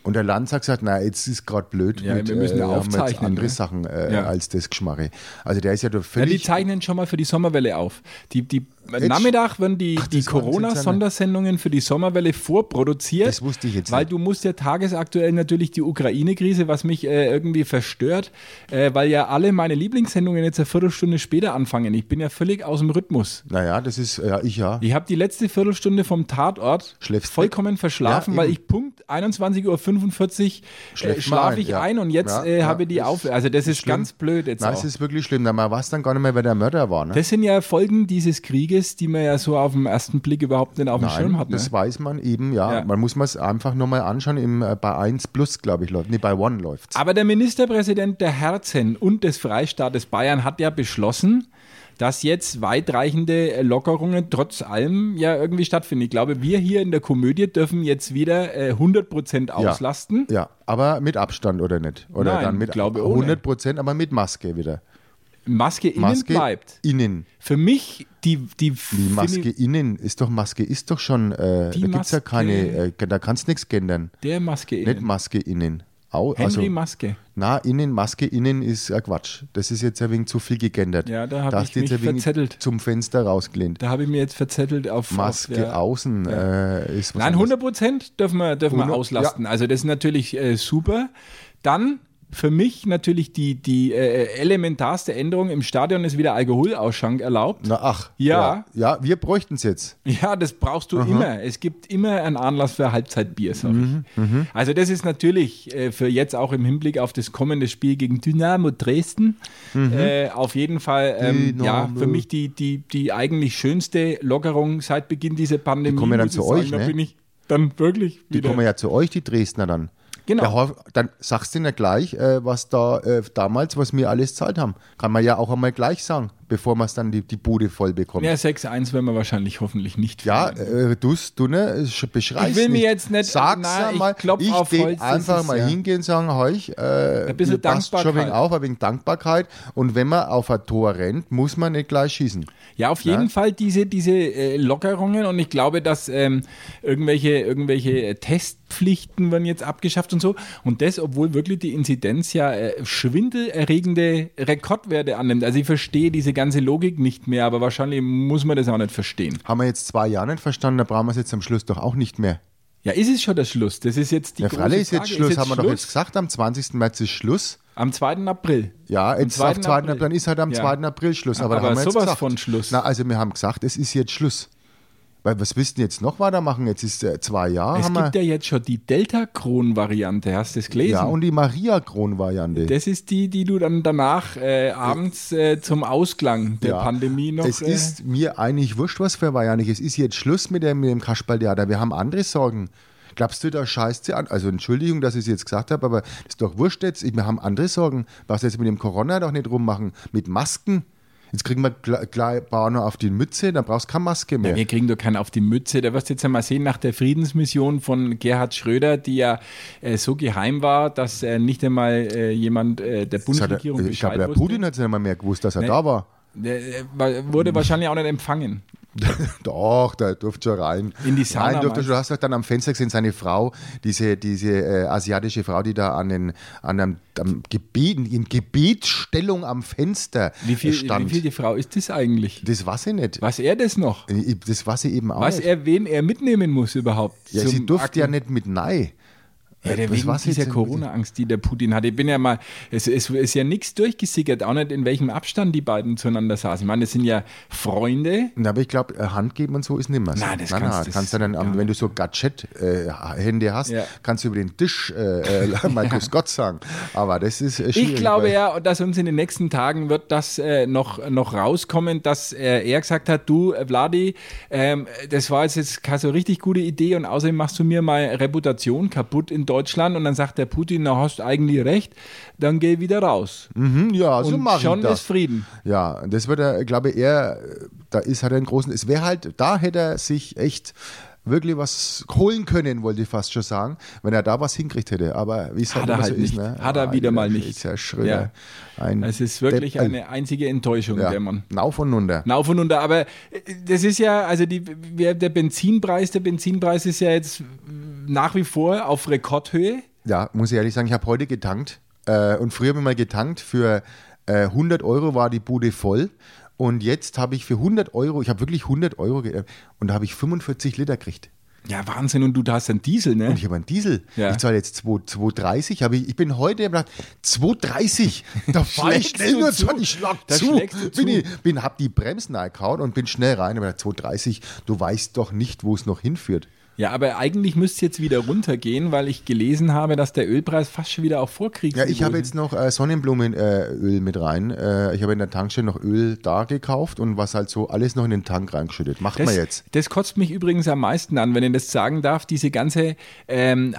B: Und der Lanz hat gesagt, na, jetzt ist gerade blöd. äh,
D: Ja, wir müssen
B: haben jetzt
D: aufzeichnen,
B: andere
D: ne?
B: Sachen äh,
D: Ja.
B: als das Geschmarre. Also der ist ja doch
D: Ja, die
B: völlig...
D: zeichnen schon mal für die Sommerwelle auf. Die, die, am Nachmittag werden die,
B: Ach,
D: die
B: das waren sie jetzt alle.
D: Corona-Sondersendungen für die Sommerwelle vorproduziert.
B: Das wusste ich jetzt
D: Weil
B: nicht.
D: du musst ja tagesaktuell natürlich die Ukraine-Krise, was mich äh, irgendwie verstört, äh, weil ja alle meine Lieblingssendungen jetzt eine Viertelstunde später anfangen. Ich bin ja völlig aus dem Rhythmus.
B: naja, das ist, ja, ich ja.
D: Ich habe die letzte Viertelstunde vom Tatort
B: Schläfst
D: vollkommen
B: weg?
D: verschlafen,
B: Ja,
D: weil
B: eben.
D: ich Punkt 21.45 Uhr äh,
B: Schläft mal
D: schlafe
B: ein,
D: ich
B: ja.
D: ein und jetzt
B: Ja,
D: äh,
B: ja,
D: habe die
B: ist-
D: auf. Also das ist,
B: schlimm.
D: ganz blöd jetzt
B: Nein,
D: auch.
B: es ist wirklich schlimm. Da war es dann gar nicht mehr, wer der Mörder war. Ne?
D: Das sind ja Folgen dieses Krieges, die man ja so auf den ersten Blick überhaupt nicht auf dem Schirm hat. Ne?
B: das weiß man eben, ja.
D: Ja.
B: Man muss man es einfach nochmal anschauen. Im, äh, bei 1 Plus, glaube ich, läuft Nee, bei One läuft
D: Aber der Ministerpräsident der Herzen und des Freistaates Bayern hat ja beschlossen, dass jetzt weitreichende Lockerungen trotz allem ja irgendwie stattfinden. Ich glaube, wir hier in der Komödie dürfen jetzt wieder äh, 100% auslasten.
B: Ja, aber mit Abstand oder nicht? Oder
D: Nein,
B: dann mit
D: ich glaube, ohne.
B: 100 Prozent, aber mit Maske wieder.
D: Maske innen
B: Maske
D: bleibt.
B: innen.
D: Für mich die, die,
B: Die Maske innen ist doch Maske ist doch schon äh,
D: Die
B: da gibt's ja
D: Maske-
B: keine äh, da kannst nichts gendern.
D: der Maske
B: Nicht
D: innen.
B: Maske innen. Au,
D: Henry
B: also,
D: Maske.
B: na, innen, Maske innen ist äh, Quatsch. Das ist jetzt ein wenig zu viel gegendert.
D: Ja, da hab
B: hast
D: ich
B: du jetzt
D: mich
B: ein wenig
D: verzettelt.
B: Zum Fenster rausgelehnt.
D: Da habe ich mir jetzt verzettelt auf auf
B: Maske
D: der-
B: außen äh, ist was
D: Nein,
B: anderes.
D: 100 Prozent dürfen wir, dürfen wir
B: 100,
D: auslasten. Also das ist natürlich äh, super. Dann für mich natürlich die, die äh, elementarste Änderung im Stadion ist wieder Alkoholausschank erlaubt.
B: Na, ach.
D: Ja.
B: Ja, ja wir bräuchten es jetzt.
D: Ja, das brauchst du immer. Es gibt immer einen Anlass für Halbzeitbier. Sag ich.
B: Mhm,
D: Also das ist natürlich äh, für jetzt auch im Hinblick auf das kommende Spiel gegen Dynamo Dresden
B: Mhm.
D: äh, auf jeden Fall ähm, ja,
B: Dynamo.
D: für mich die, die, die eigentlich schönste Lockerung seit Beginn dieser Pandemie.
B: kommen ja dann
D: muss ich
B: zu euch,
D: Da
B: ne?
D: bin ich dann wirklich
B: Die
D: wieder.
B: kommen ja zu euch, die Dresdner dann.
D: Genau.
B: Der Horf- dann sagst du ihnen ja gleich, äh, was da äh, damals, was wir alles zahlt haben. Kann man ja auch einmal gleich sagen, bevor man es dann die, die Bude voll bekommt.
D: Ja, 6-1 werden wir wahrscheinlich hoffentlich nicht
B: Ja,
D: verlieren.
B: äh, du, du ne, sch- beschreibst
D: Ich will mir
B: nicht.
D: jetzt nicht-
B: Sag's
D: na,
B: ja
D: ich
B: mal.
D: klopf
B: ich
D: auf
B: will
D: Holz, das
B: einfach
D: ist
B: mal
D: ja-
B: hingehen und sagen, heuch, äh,
D: Ein bisschen
B: ihr passt schon wegen
D: Dankbarkeit.
B: auf, ein wenig Dankbarkeit. Und wenn man auf ein Tor rennt, muss man nicht gleich schießen.
D: Ja, auf jeden
B: Ja.
D: Fall diese, diese äh, Lockerungen und ich glaube, dass ähm, irgendwelche, irgendwelche Testpflichten werden jetzt abgeschafft und so. Und das, obwohl wirklich die Inzidenz ja äh, schwindelerregende Rekordwerte annimmt. Also ich verstehe diese ganze Logik nicht mehr, aber wahrscheinlich muss man das auch nicht verstehen.
B: Haben wir jetzt zwei Jahre nicht verstanden, da brauchen wir es jetzt am Schluss doch auch nicht mehr.
D: Ja, ist es schon der Schluss? Das ist jetzt die
B: Der
D: große
B: Fralle ist jetzt
D: Frage.
B: Schluss, haben wir doch jetzt
D: Schluss?
B: gesagt, am 20. März ist Schluss.
D: Am 2. April.
B: Ja, jetzt auf 2.
D: 2.
B: April.
D: April.
B: dann ist halt am
D: Ja.
B: 2. April Schluss.
D: Ja,
B: Aber, da
D: aber
B: haben wir jetzt
D: sowas
B: gesagt.
D: von Schluss.
B: Na, also wir haben gesagt, es ist jetzt Schluss. Weil was willst du denn jetzt noch weitermachen? Jetzt ist äh, zwei Jahre.
D: Es
B: haben wir,
D: gibt ja jetzt schon die Delta-Kron-Variante, hast du das gelesen?
B: ja, und die Maria-Kron-Variante.
D: Das ist die, die du dann danach äh, abends äh, zum Ausklang der
B: ja.
D: Pandemie noch. äh.
B: Es ist mir eigentlich wurscht, was für Variante. Es ist jetzt Schluss mit dem, mit dem Kasperltheater. Wir haben andere Sorgen. Glaubst du, da scheißt sie an? Also Entschuldigung, dass ich es jetzt gesagt habe, aber das ist doch wurscht jetzt. Ich- Wir haben andere Sorgen. Was jetzt mit dem Corona doch nicht rummachen. Mit Masken. Jetzt kriegen wir gl- gleich Bauer auf die Mütze, dann brauchst du keine Maske mehr.
D: Wir kriegen doch keinen auf die Mütze. Da wirst du jetzt einmal sehen, nach der Friedensmission von Gerhard Schröder, die ja äh, so geheim war, dass äh, nicht einmal äh, jemand äh, der
B: Das hat er,
D: Bundesregierung
B: ich glaube,
D: Bescheid
B: der
D: wusste.
B: Putin Hm. hat es nicht mal mehr gewusst,
D: Ne.
B: dass er da war.
D: Der, äh, war- wurde wahrscheinlich auch nicht empfangen.
B: [LAUGHS] Doch, da durfte schon rein.
D: In die Sauna
B: Rein durfte
D: meinst
B: schon. Du hast doch dann am Fenster gesehen, seine Frau, diese, diese äh, asiatische Frau, die da an den, an einem, am Gebet, in Gebetsstellung am Fenster
D: Wie viel, wie
B: stand.
D: viel die Frau ist das eigentlich?
B: das war sie nicht.
D: Was er das noch?
B: Ich- Das war sie eben auch
D: Was
B: nicht.
D: er, wen er mitnehmen muss überhaupt?
B: ja,
D: zum
B: sie durfte
D: Akten-
B: ja nicht mit Nei.
D: Ja, der
B: Äh, Was
D: wegen
B: war's
D: dieser
B: jetzt?
D: Corona-Angst, die der Putin hatte. Ich bin ja mal, es, es ist ja nichts durchgesickert, auch nicht in welchem Abstand die beiden zueinander saßen. Ich meine, das sind ja Freunde.
B: Na, aber ich glaube, Hand geben und so ist nicht mehr so.
D: Nein, das kannst du-
B: kannst du dann, am- wenn du so Gadget-Hände hast,
D: Ja.
B: kannst du über den Tisch äh,
D: [LAUGHS]
B: äh, mal Grüß Gott sagen. Aber das ist äh, schwierig.
D: Ich glaube
B: weil-
D: ja, dass uns in den nächsten Tagen wird das äh, noch, noch rauskommen, dass äh, er gesagt hat, du, äh, Vladi, ähm, das war jetzt, jetzt keine so richtig gute Idee und außerdem machst du mir mal Reputation kaputt in Deutschland und dann sagt der Putin, na hast eigentlich recht, dann geh wieder raus.
B: Mhm, ja, so
D: und
B: mach
D: schon
B: ich das.
D: ist Frieden.
B: Ja, das wird er, glaube ich, eher, äh, da ist hat er einen großen, es wäre halt, da hätte er sich echt wirklich was holen können, wollte ich fast schon sagen, wenn er da was hinkriegt hätte. Aber wie es
D: Hat
B: halt
D: er
B: immer
D: halt
B: so ist,
D: nicht.
B: ne?
D: Hat er
B: Ah,
D: wieder
B: dieser
D: mal
B: Sch-
D: nicht.
B: Dieser Schröder. Ein
D: Es ist wirklich
B: Depp,
D: eine einzige Enttäuschung,
B: äh,
D: der
B: ja,
D: Mann.
B: Nauf und Nunder.
D: Nauf und unter, aber äh, das ist ja, also die, wer- der Benzinpreis, der Benzinpreis ist ja jetzt nach wie vor auf Rekordhöhe.
B: Ja, muss ich ehrlich sagen, ich habe heute getankt äh, und früher habe ich mal getankt für äh, 100 Euro war die Bude voll und jetzt habe ich für 100 Euro, ich habe wirklich 100 Euro ge äh, und da habe ich 45 Liter gekriegt.
D: Ja, Wahnsinn, und du hast einen Diesel, ne?
B: Und ich habe einen Diesel.
D: Ja.
B: Ich zahle jetzt 2 2,30. Aber ich, ich bin heute gedacht,
D: [LAUGHS]
B: 2,30. Da fahre ich
D: Schlägst
B: schnell
D: du
B: nur
D: zu.
B: zu. Ich schlag
D: Da
B: zu.
D: schlägst du
B: Bin
D: zu.
B: ich, bin, hab die Bremsen eingehauen und bin schnell rein. Aber 2,30, du weißt doch nicht, wo es noch hinführt.
D: Ja, aber eigentlich müsste es jetzt wieder runtergehen, weil ich gelesen habe, dass der Ölpreis fast schon wieder auf Vorkriegs.
B: Ja, ich habe jetzt noch äh, Sonnenblumenöl mit rein. Äh, ich habe in der Tankstelle noch Öl da gekauft und was halt so alles noch in den Tank reingeschüttet. Macht
D: Das,
B: man jetzt.
D: das kotzt mich übrigens am meisten an, wenn ich das sagen darf, diese ganze ähm,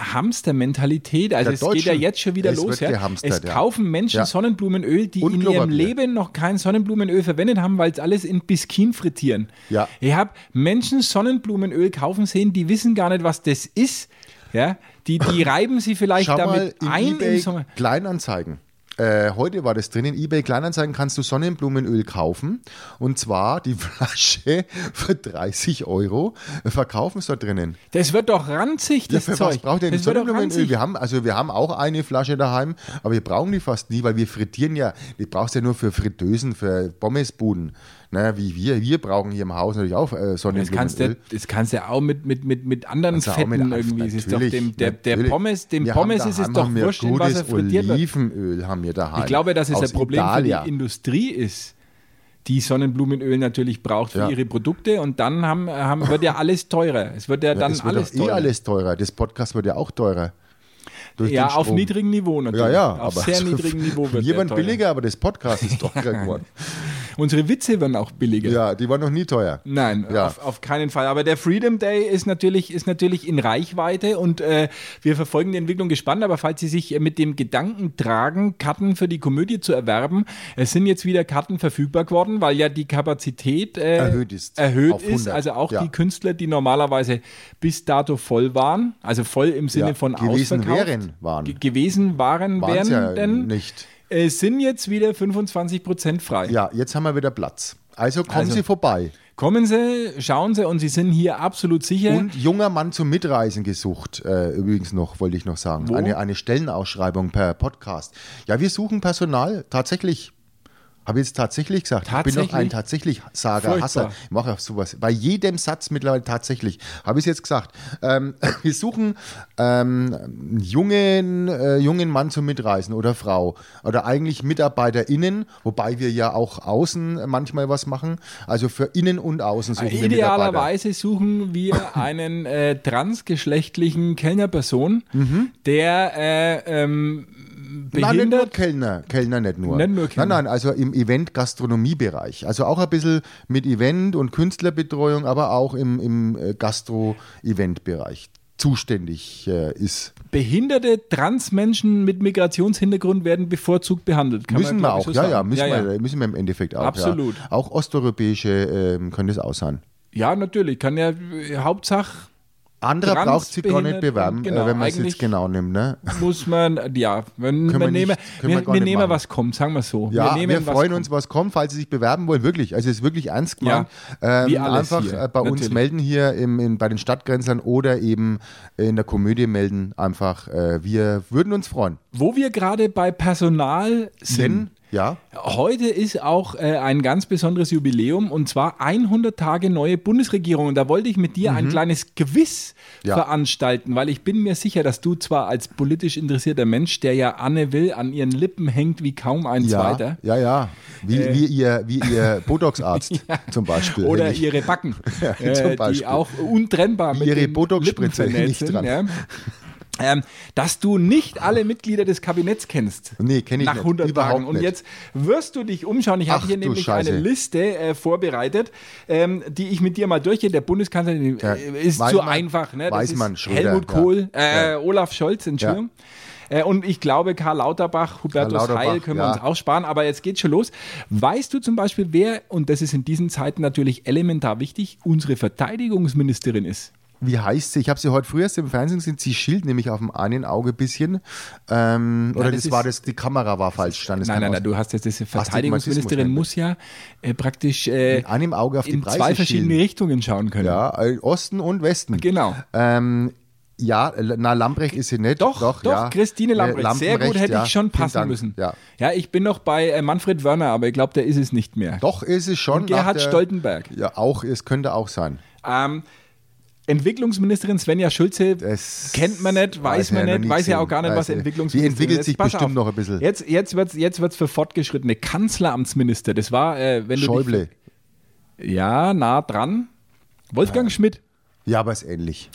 D: Hamstermentalität. Also
B: Der
D: es geht
B: Deutschen.
D: ja jetzt schon wieder
B: Es
D: los.
B: wird
D: Ja.
B: gehamstert,
D: es
B: ja.
D: kaufen Menschen
B: Ja.
D: Sonnenblumenöl, die
B: Und
D: in ihrem
B: Klopapier.
D: Leben noch kein Sonnenblumenöl verwendet haben, weil es alles in Biskin frittieren.
B: Ja.
D: Ich habe Menschen Sonnenblumenöl kaufen sehen, die wissen gar nicht, was das ist. Ja. Die,
B: [LAUGHS]
D: die reiben sie vielleicht
B: Schau
D: damit
B: mal
D: ein
B: in eBay
D: im Sommer.
B: Kleinanzeigen. Äh, heute war das drin. In eBay Kleinanzeigen kannst du Sonnenblumenöl kaufen. Und zwar die [LAUGHS] Flasche für 30 Euro. Verkaufen es dort drinnen.
D: Das wird doch ranzig, das
B: für
D: Zeug.
B: was braucht ihr denn
D: das wird doch
B: Sonnenblumenöl?
D: ranzig.
B: Wir haben, also wir haben auch eine Flasche daheim, aber wir brauchen die fast nie, weil wir frittieren ja, die brauchst du ja nur für Fritteusen, für Pommesbuden. Ne, wie wir, wir brauchen hier im Haus natürlich auch äh,
D: Das kannst, du,
B: Sonnenblumenöl.
D: das kannst du auch mit, mit, mit, mit anderen
B: Kannst du Also auch
D: Fetten
B: mit Af-
D: irgendwie. Es ist doch
B: natürlich,
D: dem, der, der
B: natürlich.
D: Pommes, dem
B: Wir
D: Pommes
B: haben
D: ist es
B: daheim
D: doch
B: haben wir
D: wurscht, in was er
B: gutes
D: frittiert wird.
B: Olivenöl haben wir daheim.
D: Ich glaube, dass es
B: Aus
D: ein Problem
B: Italia.
D: für die Industrie ist, die Sonnenblumenöl natürlich braucht für
B: Ja.
D: ihre Produkte und dann haben, haben, wird ja alles teurer. Es wird ja
B: Ja,
D: dann
B: es wird
D: alles
B: doch eh
D: teurer.
B: alles teurer. Das Podcast wird ja auch teurer. Durch
D: ja,
B: den
D: auf
B: Strom.
D: niedrigem Niveau natürlich.
B: Ja, ja,
D: auf
B: aber [LAUGHS]
D: sehr
B: also
D: niedrigem Niveau wird
B: Jemand
D: er teurer.
B: billiger, aber das Podcast ist teurer
D: [LAUGHS]
B: geworden.
D: Unsere Witze werden auch billiger.
B: ja, die war noch nie teuer.
D: Nein,
B: Ja.
D: auf, auf keinen Fall. Aber der Freedom Day ist natürlich, ist natürlich in Reichweite und äh, wir verfolgen die Entwicklung gespannt. Aber falls Sie sich äh, mit dem Gedanken tragen, Karten für die Komödie zu erwerben, es sind jetzt wieder Karten verfügbar geworden, weil ja die Kapazität äh,
B: Erhöht ist.
D: Erhöht
B: Auf
D: ist.
B: 100,
D: Also auch
B: ja.
D: die Künstler, die normalerweise bis dato voll waren, also voll im Sinne
B: Ja,
D: von
B: gewesen
D: ausverkauft,
B: wären, waren.
D: ge- gewesen waren,
B: Waren's
D: wären,
B: ja
D: denn
B: nicht.
D: äh, sind jetzt wieder 25% frei.
B: Ja, jetzt haben wir wieder Platz. Also kommen
D: Also-
B: Sie vorbei.
D: Kommen Sie, schauen Sie und Sie sind hier absolut sicher.
B: Und junger Mann zum Mitreisen gesucht, äh, übrigens noch, wollte ich noch sagen.
D: Wo?
B: Eine, eine Stellenausschreibung per Podcast. Ja, wir suchen Personal, tatsächlich. Habe ich jetzt tatsächlich gesagt. Ich bin noch ein tatsächlich Sager,
D: Furchtbar.
B: Hasser. Ich mache auch sowas. Bei jedem Satz mittlerweile tatsächlich. Habe ich es jetzt gesagt. Ähm, [LAUGHS] wir suchen ähm, einen jungen, äh, jungen Mann zum Mitreisen oder Frau. Oder eigentlich MitarbeiterInnen, wobei wir ja auch außen manchmal was machen. Also für innen und außen suchen wir Mitarbeiter.
D: Idealerweise
B: [LAUGHS]
D: suchen wir einen äh, transgeschlechtlichen Kellnerperson, der äh, ähm,
B: Mhm. Nein, nicht nur
D: behindert.
B: Kellner, Kellner nicht nur.
D: Nicht nur Kellner.
B: Nein, nein, also im Event-Gastronomiebereich. Also auch ein bisschen mit Event und Künstlerbetreuung, aber auch im, im äh, Gastro-Event-Bereich. zuständig äh, ist.
D: Behinderte Transmenschen mit Migrationshintergrund werden bevorzugt behandelt. Kann
B: müssen
D: glaub
B: wir
D: ich, so
B: auch, ja, ja,
D: sagen.
B: müssen, Wir, müssen wir im Endeffekt auch.
D: Absolut.
B: Ja. Auch osteuropäische ähm, können das auch sein.
D: Ja, natürlich. Kann ja äh, Hauptsache
B: Andere
D: Trans-
B: braucht sich gar nicht
D: behindert-
B: bewerben,
D: genau,
B: äh, wenn man es
D: eigentlich-
B: jetzt genau nimmt. Ne?
D: muss man, ja, wenn wir
B: wir
D: nehmen,
B: nicht- können wir
D: wir,
B: gar
D: wir
B: nicht
D: nehmen
B: machen.
D: was kommt, sagen wir so.
B: Ja, wir,
D: nehmen, was
B: freuen
D: kommt.
B: uns, was kommt, falls Sie sich bewerben wollen. Wirklich. Also es ist wirklich ernst
D: Ja,
B: gemeint. Ähm,
D: wie alles
B: einfach
D: hier,
B: äh, bei uns
D: natürlich.
B: melden hier im, in, bei den Stadtgrenzlern oder eben in der Komödie melden. Einfach, äh, wir würden uns freuen.
D: Wo wir gerade bei Personal sind,
B: Denn, ja,
D: heute ist auch äh, ein ganz besonderes Jubiläum und zwar 100 Tage neue Bundesregierung. Und da wollte ich mit dir ein kleines Quiz
B: Mhm. Ja.
D: veranstalten, weil ich bin mir sicher, dass du zwar als politisch interessierter Mensch, der ja Anne Will an ihren Lippen hängt wie kaum ein
B: ja,
D: zweiter, Äh.
B: ja, ja. Wie, wie ihr, wie
D: [LAUGHS]
B: ihr Botox-Arzt zum Beispiel.
D: Oder
B: Hätte ich- [LAUGHS]
D: ihre Backen,
B: zum
D: äh, die
B: Beispiel.
D: auch untrennbar mit
B: Ihre
D: den
B: Botox-Spritze
D: Lippen vernäht
B: nicht
D: sind,
B: dran.
D: Ja. Ähm, dass du nicht alle Mitglieder des Kabinetts kennst.
B: Nee, kenn ich
D: Nach
B: nicht.
D: 100
B: Überhaupt
D: Tagen. Und
B: nicht.
D: jetzt wirst du dich umschauen. Ich habe
B: Ach,
D: hier
B: du
D: nämlich
B: Scheiße.
D: eine Liste äh, vorbereitet, ähm, die ich mit dir mal durchgehe. Der Bundeskanzler äh,
B: Ja,
D: ist
B: weiß
D: zu
B: man-
D: einfach. Ne?
B: weiß
D: ist
B: man, Schröder,
D: Helmut
B: ja.
D: Kohl, äh, Olaf Scholz, Entschuldigung. Äh, und ich glaube, Karl Lauterbach,
B: Karl
D: Hubertus
B: Lauterbach,
D: Heil können wir
B: ja.
D: uns auch sparen, aber jetzt geht's schon los. Weißt du zum Beispiel, wer, und das ist in diesen Zeiten natürlich elementar wichtig, unsere Verteidigungsministerin ist?
B: wie heißt sie? Ich habe sie heute früh erst im Fernsehen gesehen. Sie schielt nämlich auf dem einen Auge ein bisschen. Ähm, oder
D: das
B: das, war
D: ist-
B: das, die Kamera war falsch. Stand, das
D: nein,
B: kann
D: nein,
B: auch
D: nein, du hast jetzt diese
B: Astigmatismus
D: Verteidigungsministerin
B: nennt
D: muss ja äh, praktisch äh,
B: Mit einem Auge auf die
D: in
B: Preise
D: zwei verschiedene
B: schielen.
D: Richtungen schauen können.
B: Ja, äh, Osten und Westen.
D: Genau.
B: Ähm, ja, äh, na, Lambrecht ist sie nicht.
D: Doch, doch,
B: ja.
D: Christine
B: Äh,
D: Lambrecht. Sehr gut,
B: Lamprecht,
D: hätte
B: ja.
D: ich schon
B: Vielen
D: passen
B: Dank.
D: müssen.
B: Ja.
D: ich bin noch bei äh, Manfred Wörner, aber ich glaube, der ist es nicht mehr.
B: Doch, ist es schon.
D: Und Gerhard
B: nach der-
D: Stoltenberg.
B: Ja, auch, es könnte auch sein.
D: Ähm, Entwicklungsministerin Svenja Schulze
B: Das
D: kennt man nicht,
B: weiß
D: weiß man
B: ich ja
D: nicht,
B: noch nie
D: weiß ja auch gar nicht,
B: gesehen.
D: was
B: Weiß ich.
D: Entwicklungsministerin
B: Die entwickelt
D: ist.
B: sich
D: Pass
B: bestimmt noch ein bisschen.
D: Jetzt, jetzt wird es jetzt wird's für Fortgeschrittene. Kanzleramtsminister, das war, äh, wenn du.
B: Schäuble.
D: Dich, ja, nah dran. Wolfgang Schmidt.
B: Ja, aber ist ähnlich.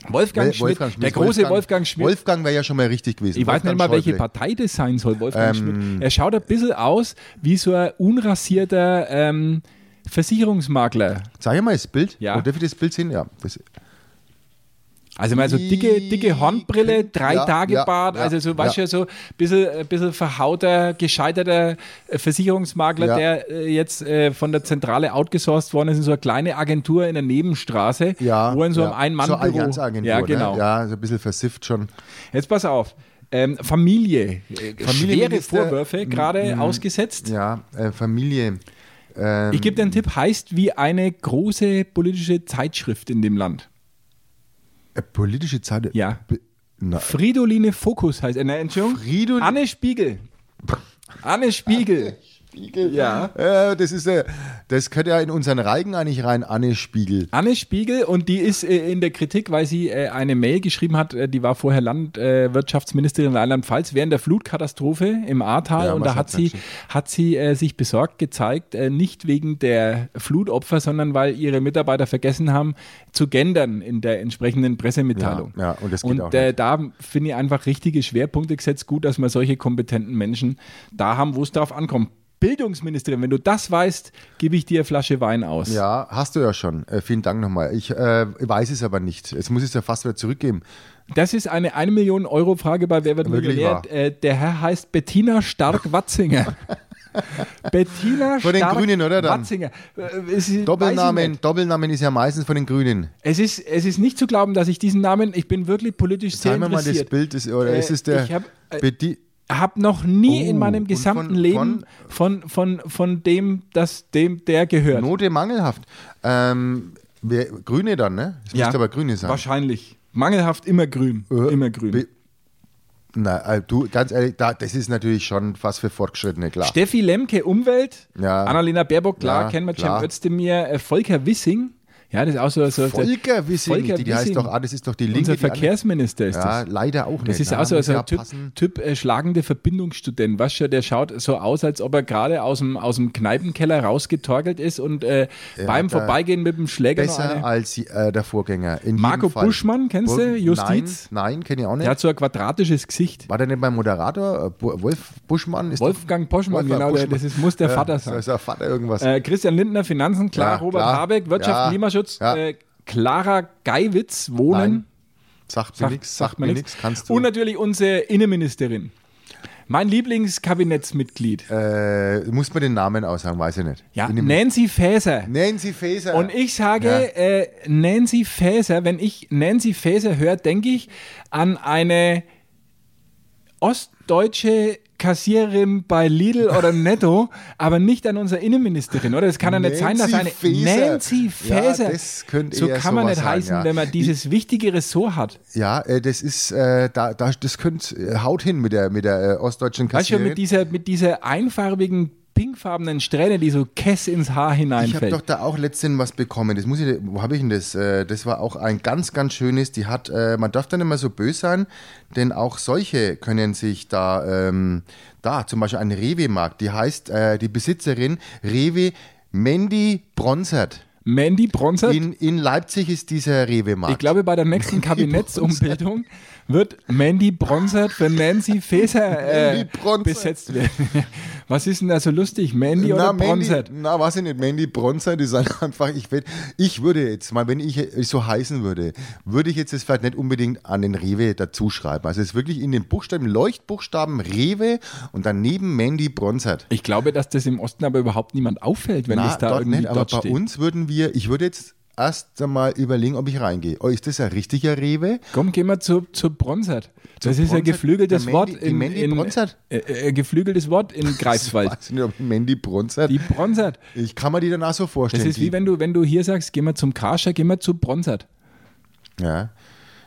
B: Wel-
D: Wolfgang Schmidt, der große Wolfgang Schmidt.
B: Wolfgang wäre ja schon mal richtig gewesen.
D: Ich weiß nicht
B: Wolfgang
D: mal, welche
B: Schäuble. Ähm,
D: Partei das sein soll, Wolfgang Schmidt. Er schaut ein bisschen aus wie so ein unrasierter ähm, Versicherungsmakler.
B: Zeig mal das Bild.
D: Ja.
B: Oder wir das Bild sehen? Ja. Das,
D: Also mal so dicke, dicke Hornbrille, drei
B: Ja,
D: Tage
B: ja,
D: Bart,
B: ja,
D: also so weißt du,
B: ja.
D: so ein bisschen, ein bisschen verhauter, gescheiterter äh, Versicherungsmakler,
B: Ja.
D: der äh, jetzt äh, von der Zentrale outgesourced worden ist in so eine kleine Agentur in der Nebenstraße,
B: ja.
D: wo in so
B: ja.
D: einem Ein-Mann-Büro.
B: Allianz-Agentur.
D: ja, genau.
B: Ne? Ja, so ein bisschen versifft schon.
D: Jetzt pass auf. Ähm, Familie. Äh, Schwere
B: Familienminister-
D: Vorwürfe gerade ausgesetzt.
B: Mm, Ja, äh, Familie.
D: Ich gebe dir einen Tipp, heißt wie eine große politische Zeitschrift in dem Land.
B: Äh, politische Zeit.
D: Ja.
B: Be- Na,
D: Fridoline Fokus heißt, äh, nein, Entschuldigung,
B: Fridolin-
D: Anne Spiegel. Anne Spiegel. Ja.
B: äh, das ist äh, das könnte ja in unseren Reigen eigentlich rein Anne Spiegel.
D: Anne Spiegel und die ist äh, in der Kritik, weil sie äh, eine Mail geschrieben hat, äh, die war vorher Landwirtschaftsministerin Rheinland-Pfalz während der Flutkatastrophe im Ahrtal
B: Ja,
D: und
B: was
D: da hat
B: hat's
D: sie,
B: nicht?
D: hat sie äh, sich besorgt gezeigt, äh, nicht wegen der Flutopfer, sondern weil ihre Mitarbeiter vergessen haben zu gendern in der entsprechenden Pressemitteilung.
B: Ja, ja, und das geht auch
D: äh,
B: nicht.
D: da finde ich einfach richtige Schwerpunkte gesetzt, gut, dass wir solche kompetenten Menschen da haben, wo es drauf ankommt. Bildungsministerin, wenn du das weißt, gebe ich dir eine Flasche Wein aus.
B: Ja, hast du ja schon. Äh, vielen Dank nochmal. Ich äh, weiß es aber nicht. Jetzt muss ich es ja fast wieder zurückgeben.
D: Das ist eine 1 Million Euro Frage bei Wer wird
B: Wirklich
D: Millionär?
B: wahr.
D: Äh, der Herr heißt
B: [LAUGHS]
D: Bettina Stark-Watzinger. Bettina
B: Von den Grünen, oder dann?
D: Stark-Watzinger. Äh, es ist- weiß ich
B: Doppelnamen,
D: nicht.
B: Doppelnamen ist ja meistens von den Grünen.
D: Es ist, es ist nicht zu glauben, dass ich diesen Namen, ich bin wirklich politisch sehr
B: Zeig mir mal das
D: interessiert.
B: Bild, das, oder
D: Äh,
B: ist es der
D: ich hab, äh,
B: Bedi-
D: habe noch nie
B: Oh,
D: in meinem
B: und
D: gesamten
B: von-
D: Leben von, von, von, dem, das dem der gehört.
B: Note mangelhaft. Ähm, wer, Grüne dann, ne? Es müsste aber Grüne sein.
D: Wahrscheinlich. Mangelhaft immer grün.
B: Äh,
D: immer grün.
B: Be- Na, äh, du, ganz ehrlich, da, das ist natürlich schon fast für Fortgeschrittene, klar.
D: Steffi Lemke, Umwelt.
B: Ah. Ja.
D: Annalena Baerbock, klar,
B: Ja,
D: kennen wir
B: klar.
D: Cem Özdemir. Äh, Volker Wissing. Ja, das ist auch so. so
B: Volker Wissing,
D: Volker
B: die, die heißt
D: Wissing.
B: doch, ah, das ist doch die Linke.
D: unser
B: die andere-
D: Verkehrsminister ist
B: Ja,
D: das.
B: leider auch nicht.
D: Das ist
B: Na,
D: auch so
B: muss
D: so ein
B: ja
D: Typ,
B: passen.
D: typ äh, schlagende Verbindungsstudent. Was schon, der schaut so aus, als ob er gerade aus dem, aus dem Kneipenkeller rausgetorkelt ist und äh, beim
B: da-
D: Vorbeigehen mit dem Schläger. noch
B: Besser
D: eine-
B: als äh, der Vorgänger. In
D: Marco
B: jedem Fall.
D: Buschmann, kennst du?
B: Bu-
D: Justiz?
B: Nein, nein kenne ich auch nicht.
D: der hat so ein quadratisches Gesicht.
B: War der nicht beim Moderator? Äh, Bu- Wolf Buschmann? Ist
D: Wolfgang Poschmann,
B: Wolfgang
D: genau, der-
B: Buschmann.
D: das ist- muss der Vater
B: äh,
D: sein.
B: Das ist der Vater irgendwas.
D: Äh, Christian Lindner, Finanzen, klar.
B: Ja,
D: Robert
B: klar.
D: Habeck, Wirtschaft,
B: Ja, ja.
D: Klimaschutz. Äh, Clara äh, Geiwitz, Wohnen.
B: Nein. Sagt mir nichts, sagt mir nichts, kannst du.
D: Und natürlich unsere Innenministerin. Mein Lieblingskabinettsmitglied.
B: Äh, muss man den Namen aussagen, weiß ich nicht.
D: ja,
B: In dem-
D: Nancy Faeser.
B: Nancy Faeser.
D: Und ich sage äh, Nancy Faeser, wenn ich Nancy Faeser höre, denke ich an eine ostdeutsche Kassiererin bei Lidl
B: [LAUGHS]
D: oder Netto, aber nicht an unsere Innenministerin, oder? Es kann ja nicht sein, dass eine
B: Nancy Faeser.
D: Nancy
B: Ja,
D: Faeser,
B: das könnte
D: so
B: eher
D: kann man
B: sowas
D: nicht
B: sein,
D: heißen,
B: ja.
D: wenn man dieses wichtige Ressort hat.
B: Ja, äh, das ist, äh, da, da, das könnt, äh, haut hin mit der, mit der äh, ostdeutschen
D: Weißt du,
B: Kassiererin.
D: mit dieser, mit dieser einfarbigen, pinkfarbenen Strähne, die so Kess ins
B: ich
D: Haar
B: habe
D: hineinfällt.
B: doch da auch letztens was bekommen. Das muss ich, wo habe ich denn das? Äh, Das war auch ein ganz, ganz schönes. Die hat, äh, man darf da nicht mehr so böse sein, denn auch solche können sich da, ähm, da zum Beispiel ein Rewe-Markt. Die heißt äh, die Besitzerin Rewe Mandy Bronzert.
D: Mandy Bronzer,
B: In, in Leipzig ist dieser Rewe-Markt.
D: Ich glaube, bei der nächsten Kabinettsumbildung wird Mandy Bronzert für Nancy Faeser äh,
B: Mandy Bronzert.
D: besetzt werden. [LAUGHS] Was ist denn da so lustig? Mandy oder Bronzert?
B: Mandy, na, weiß ich nicht. Mandy Bronzert ist [LAUGHS] halt einfach, ich, wett- ich würde jetzt mal, wenn ich äh, so heißen würde, würde ich jetzt das vielleicht nicht unbedingt an den Rewe dazuschreiben. Also es ist wirklich in den Buchstaben, Leuchtbuchstaben Rewe und daneben Mandy Bronzert.
D: Ich glaube, dass das im Osten aber überhaupt niemand auffällt, wenn
B: Na,
D: es da
B: dort
D: irgendwie
B: nicht, aber
D: dort
B: bei
D: steht.
B: uns würden wir, ich würde jetzt erst einmal überlegen, ob ich reingehe. Oh, ist das ein richtiger Rewe?
D: Komm, gehen wir zu, zu Bronzert. Das ist ein
B: Bronzert?
D: geflügeltes
B: Der
D: Wort
B: Mandy- die
D: in,
B: Mandy
D: in
B: Bronzert?
D: äh, äh, geflügeltes Wort
B: [LAUGHS]
D: in Greifswald.
B: Weiß ich nicht, ob ich Mandy Bronzert.
D: Die Bronzert.
B: ich kann mir die danach so vorstellen.
D: Das ist
B: die,
D: wie wenn du, wenn du hier sagst, gehen wir zum Karscher, gehen wir zu Bronzert.
B: ja.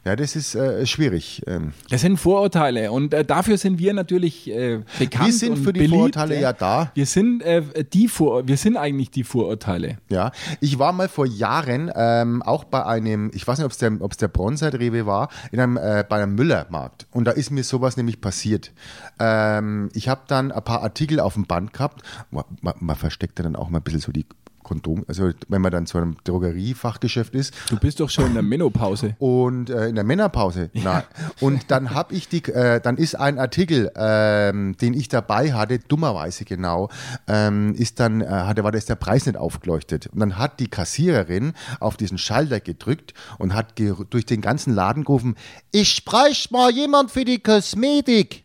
B: ja, das ist äh, schwierig. Ähm,
D: Das sind Vorurteile und äh, dafür sind wir natürlich äh, bekannt.
B: Wir sind
D: und
B: für die
D: beliebt,
B: Vorurteile ja da.
D: Wir sind äh, die Vor wir sind eigentlich die Vorurteile.
B: Ja, ich war mal vor Jahren ähm, auch bei einem, ich weiß nicht, ob es der, ob's der Bronzertrewe war, in einem, äh, bei einem Müllermarkt. Und da ist mir sowas nämlich passiert. Ähm, ich habe dann ein paar Artikel auf dem Band gehabt. Man, man, man versteckt ja dann auch mal ein bisschen so die Kondom, also wenn man dann zu einem Drogeriefachgeschäft ist
D: Du bist doch schon in der Menopause.
B: und äh, in der Männerpause. Nein. Und dann habe ich die, äh, dann ist ein Artikel, ähm, den ich dabei hatte, dummerweise genau, ähm, ist dann äh, hatte war das der Preis nicht aufgeleuchtet. Und dann hat die Kassiererin auf diesen Schalter gedrückt und hat ge durch den ganzen Laden gerufen: Ich spreche mal jemand für die Kosmetik.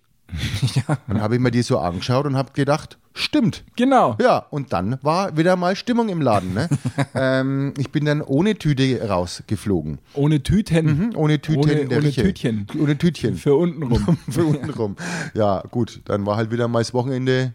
B: Und dann habe ich mir die so angeschaut und habe gedacht, stimmt.
D: Genau.
B: Ja, und dann war wieder mal Stimmung im Laden. Ne? ähm, ich bin dann ohne Tüte rausgeflogen.
D: Ohne Tüten.
B: Hm, Ohne Tüten
D: Ohne-
B: in der
D: ohne
B: Rieche.
D: Tütchen.
B: Ohne Tütchen.
D: Für unten rum.
B: [LAUGHS] Für unten rum. Ja, gut. Dann war halt wieder mal das Wochenende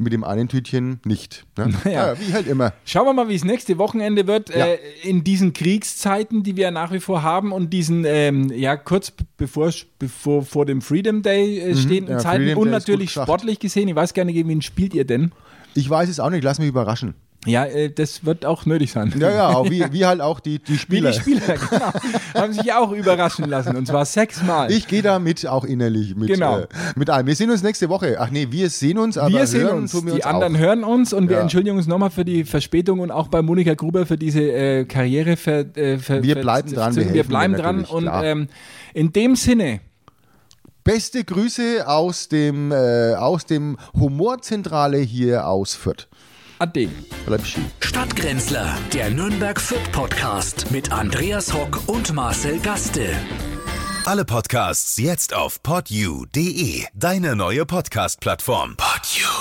B: mit dem einen Tütchen nicht.
D: [LAUGHS]
B: Ne?
D: Naja.
B: wie halt immer.
D: Schauen wir mal, wie es nächste Wochenende wird
B: Ja.
D: äh, in diesen Kriegszeiten, die wir ja nach wie vor haben und diesen, ähm, ja, kurz bevor, bevor vor dem Freedom Day äh,
B: Mhm.
D: stehenden
B: ja,
D: Zeiten
B: Freedom Day ist
D: und
B: gut
D: natürlich
B: gesagt.
D: sportlich gesehen. Ich weiß gerne, gegen wen spielt ihr denn?
B: Ich weiß es auch nicht. Lass mich überraschen.
D: Ja, äh, das wird auch nötig sein.
B: Ja, ja, auch wie, wie halt auch die, die
D: [LAUGHS] Wie
B: Spieler.
D: die Spieler, genau. Haben sich auch überraschen lassen. Und zwar
B: [LAUGHS]
D: sechsmal.
B: Ich gehe da mit, auch innerlich mit,
D: Genau.
B: äh, mit einem. Wir sehen uns nächste Woche. Ach nee, wir sehen uns, aber
D: wir sehen
B: hören
D: uns,
B: tun wir
D: die
B: uns
D: anderen
B: auch.
D: hören uns und wir
B: Ja.
D: entschuldigen uns nochmal für die Verspätung und auch bei Monika Gruber für diese äh, Karriere. Ver, äh, ver,
B: Wir
D: ver-
B: bleiben dran, wir
D: Wir,
B: helfen
D: bleiben
B: dir
D: dran
B: natürlich,
D: und
B: klar.
D: ähm, in dem Sinne,
B: Beste Grüße aus dem, äh, aus dem Humorzentrale hier aus Fürth.
D: ade.
B: Bleib schön.
A: Stadtgrenzler, der Nürnberg Fürth Podcast mit Andreas Hock und Marcel Gaste.
E: Alle Podcasts jetzt auf podyou.de, deine neue Podcast-Plattform. Podyou.